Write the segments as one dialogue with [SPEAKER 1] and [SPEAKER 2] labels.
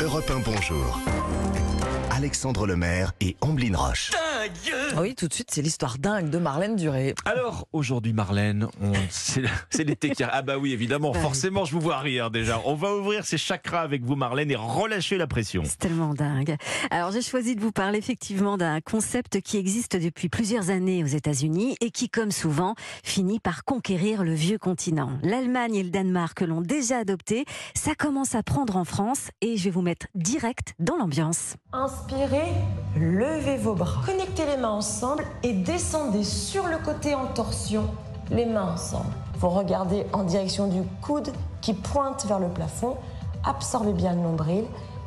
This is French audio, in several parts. [SPEAKER 1] Europe 1 Bonjour. Alexandre Lemaire et Amblin Roche.
[SPEAKER 2] Ah oui, tout de suite, c'est l'histoire dingue de Marlène Duré.
[SPEAKER 3] Alors, aujourd'hui, Marlène, on... c'est c'est l'été qui arrive. Ah, bah oui, évidemment,
[SPEAKER 4] Bah oui.
[SPEAKER 3] forcément, je vous vois rire déjà. On va ouvrir ses chakras avec vous, Marlène, et relâcher la pression.
[SPEAKER 4] C'est tellement dingue. Alors j'ai choisi de vous parler effectivement d'un concept qui existe depuis plusieurs années aux États-Unis et qui, comme souvent, finit par conquérir le vieux continent. L'Allemagne et le Danemark l'ont déjà adopté. Ça commence à prendre en France et je vais vous mettre direct dans l'ambiance.
[SPEAKER 5] Inspirez, levez vos bras. Connectez les mains ensemble et descendez sur le côté en torsion, les mains ensemble. Vous regardez en direction du coude qui pointe vers le plafond. Absorbez bien le nombril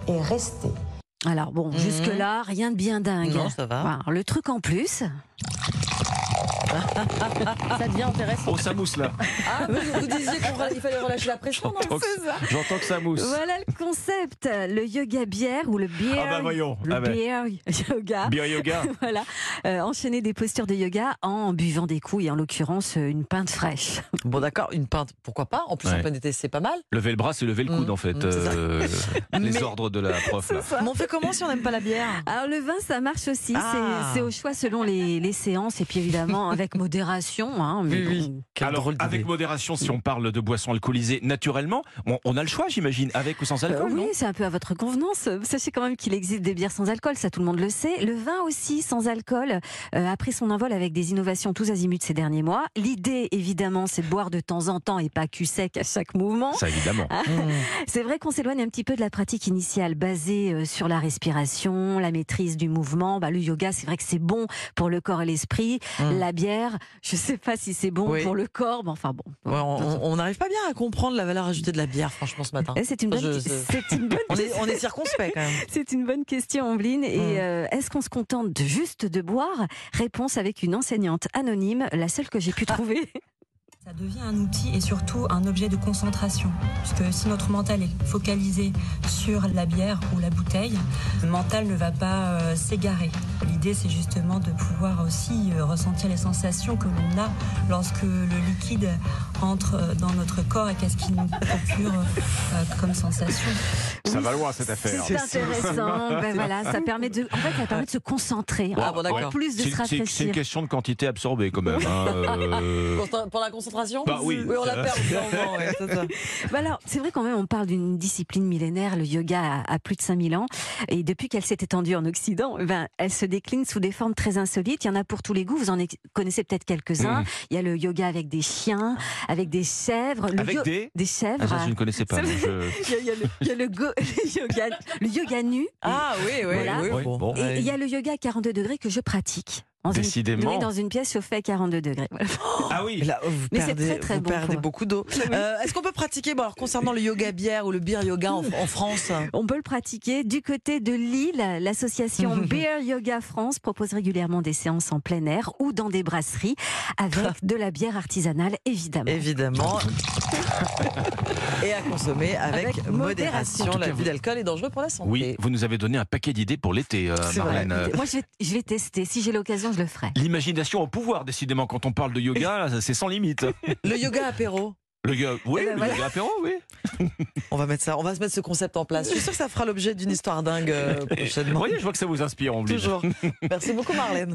[SPEAKER 5] et restez.
[SPEAKER 4] Alors bon, jusque-là, rien de bien dingue.
[SPEAKER 2] Mhm. Non, ça va.
[SPEAKER 4] Alors, le truc en plus,
[SPEAKER 6] Ça devient intéressant.
[SPEAKER 3] Oh, ça mousse là.
[SPEAKER 2] Ah, vous, vous disiez qu'il fallait relâcher la pression,
[SPEAKER 3] J'entends que, j'entends que ça mousse.
[SPEAKER 4] voilà le concept, le yoga bière ou le beer,
[SPEAKER 3] Ah, bah voyons.
[SPEAKER 4] le
[SPEAKER 3] Ah bah.
[SPEAKER 4] beer yoga.
[SPEAKER 3] Bien yoga.
[SPEAKER 4] voilà, Euh, enchaîner des postures de yoga en buvant des coups et en l'occurrence euh, une pinte fraîche.
[SPEAKER 2] Bon, d'accord, une pinte, pourquoi pas En plus,
[SPEAKER 3] Ouais.
[SPEAKER 2] en plein été, c'est pas mal.
[SPEAKER 3] Lever le bras, c'est lever le coude,
[SPEAKER 2] Mmh,
[SPEAKER 3] en
[SPEAKER 4] Mm,
[SPEAKER 3] fait.
[SPEAKER 2] mmh, c'est ça.
[SPEAKER 3] Euh, les
[SPEAKER 2] Mais-
[SPEAKER 3] ordres de la prof, là.
[SPEAKER 2] Mais on fait comment si on n'aime pas la bière
[SPEAKER 4] Alors le vin, ça marche aussi,
[SPEAKER 2] Ah.
[SPEAKER 4] c'est c'est au choix selon les, les séances et puis évidemment avec modération. Hein, mais
[SPEAKER 2] Oui, oui.
[SPEAKER 4] bon.
[SPEAKER 2] Quelle
[SPEAKER 3] Alors,
[SPEAKER 2] drôle d'idée.
[SPEAKER 3] avec modération, si on parle de boissons alcoolisées, naturellement, on, on a le choix, j'imagine, avec ou sans
[SPEAKER 4] Euh,
[SPEAKER 3] alcool,
[SPEAKER 4] oui,
[SPEAKER 3] non
[SPEAKER 4] c'est un peu à votre convenance. Sachez quand même qu'il existe des bières sans alcool, ça tout le monde le sait. Le vin aussi sans alcool euh, a pris son envol avec des innovations tous azimuts ces derniers mois. L'idée, évidemment, c'est de boire de temps en temps et pas cul sec à chaque mouvement.
[SPEAKER 3] Ça, évidemment.
[SPEAKER 4] Ah,
[SPEAKER 2] Mmh.
[SPEAKER 4] C'est vrai qu'on s'éloigne un petit peu de la pratique initiale basée euh, sur la respiration, la maîtrise du mouvement. Bah, le yoga, c'est vrai que c'est bon pour le corps et l'esprit.
[SPEAKER 2] Mm.
[SPEAKER 4] La bière, je sais pas si c'est bon
[SPEAKER 2] Oui.
[SPEAKER 4] pour le corps, mais enfin bon.
[SPEAKER 2] Ouais, on- on n'arrive pas bien à comprendre la valeur ajoutée de la bière, franchement, ce matin.
[SPEAKER 4] Eh, C'est une bonne,
[SPEAKER 2] Je- je-
[SPEAKER 4] c'est une bonne
[SPEAKER 2] On est, on est circonspect quand même.
[SPEAKER 4] C'est une bonne question, Ambline. Et
[SPEAKER 2] Mm.
[SPEAKER 4] euh, est-ce qu'on se contente de juste de boire Réponse avec une enseignante anonyme, la seule que j'ai pu trouver.
[SPEAKER 7] Ça devient un outil et surtout un objet de concentration. Puisque si notre mental est focalisé sur la bière ou la bouteille, le mental ne va pas euh, s'égarer. L'idée, c'est justement de pouvoir aussi euh, ressentir les sensations que l'on a lorsque le liquide entre euh, dans notre corps et qu'est-ce qu'il nous procure euh, comme sensation.
[SPEAKER 3] Ça
[SPEAKER 4] Oui,
[SPEAKER 3] va loin, cette
[SPEAKER 2] hein.
[SPEAKER 3] affaire.
[SPEAKER 4] C'est intéressant. Ben voilà, ça permet de, en fait, ça permet de se concentrer.
[SPEAKER 2] Ah bon, d'accord.
[SPEAKER 4] En plus de
[SPEAKER 3] C'est-
[SPEAKER 4] se
[SPEAKER 3] c'est- C'est une
[SPEAKER 4] rafraîchir.
[SPEAKER 3] question de quantité absorbée, quand même. hein, euh.
[SPEAKER 2] Pour- Pour la concentration
[SPEAKER 3] Bah oui.
[SPEAKER 2] on la perd au bout d'un moment, ouais, c'est ça.
[SPEAKER 4] Bah alors, c'est vrai quand même, on parle d'une discipline millénaire, le yoga a, a plus de 5000 ans. Et depuis qu'elle s'est étendue en Occident, eh ben, elle se décline sous des formes très insolites. Il y en a pour tous les goûts, vous en ex- connaissez peut-être quelques-uns.
[SPEAKER 3] Mm.
[SPEAKER 4] Il y a le yoga avec des chiens, avec des chèvres. le
[SPEAKER 3] Avec
[SPEAKER 4] yo-
[SPEAKER 3] des.
[SPEAKER 4] Des
[SPEAKER 3] Ah,
[SPEAKER 4] chèvres.
[SPEAKER 3] ça, je ne connaissais pas.
[SPEAKER 4] Ça-
[SPEAKER 3] mais je-
[SPEAKER 4] Il y a, il y a le, il y a le go- le yoga, le yoga nu.
[SPEAKER 2] Ah oui, oui,
[SPEAKER 4] Voilà.
[SPEAKER 2] oui.
[SPEAKER 3] Oui,
[SPEAKER 2] bon.
[SPEAKER 3] bon.
[SPEAKER 4] Et il y a le yoga à 42 degrés que je pratique. Dans une-
[SPEAKER 3] Décidément.
[SPEAKER 4] oui, dans une pièce chauffée à 42 degrés. Voilà.
[SPEAKER 3] Ah oui.
[SPEAKER 2] Mais là, vous
[SPEAKER 4] Mais c'est
[SPEAKER 2] perdez,
[SPEAKER 4] très, très
[SPEAKER 2] vous
[SPEAKER 4] bon
[SPEAKER 2] perdez
[SPEAKER 4] pour-
[SPEAKER 2] beaucoup d'eau. Euh, Est-ce qu'on peut pratiquer, bon, alors, concernant le yoga bière ou le beer yoga en, en France
[SPEAKER 4] On peut le pratiquer du côté de Lille. L'association Beer Yoga France propose régulièrement des séances en plein air ou dans des brasseries avec de la bière artisanale, évidemment.
[SPEAKER 2] Évidemment. Et à consommer avec,
[SPEAKER 4] Avec modération.
[SPEAKER 2] modération.
[SPEAKER 3] En tout cas,
[SPEAKER 2] L'abus
[SPEAKER 3] vous-
[SPEAKER 2] d'alcool est dangereux pour la santé.
[SPEAKER 3] Oui, vous nous avez donné un paquet d'idées pour l'été, euh,
[SPEAKER 2] C'est vrai.
[SPEAKER 3] Marlène. Euh,
[SPEAKER 4] Moi, je vais, je vais tester. Si j'ai l'occasion, je le ferai.
[SPEAKER 3] L'imagination au pouvoir, décidément, quand on parle de yoga, là, c'est sans limite.
[SPEAKER 2] Le yoga apéro.
[SPEAKER 3] Le yoga, oui,
[SPEAKER 4] Eh ben
[SPEAKER 3] le
[SPEAKER 4] voilà.
[SPEAKER 3] yoga apéro, oui.
[SPEAKER 2] On va mettre ça, on va se mettre ce concept en place. Je suis sûre que ça fera l'objet d'une histoire dingue euh,
[SPEAKER 3] Vous
[SPEAKER 2] prochainement.
[SPEAKER 3] voyez, je vois que ça vous inspire, on
[SPEAKER 2] Toujours. Merci beaucoup Marlène.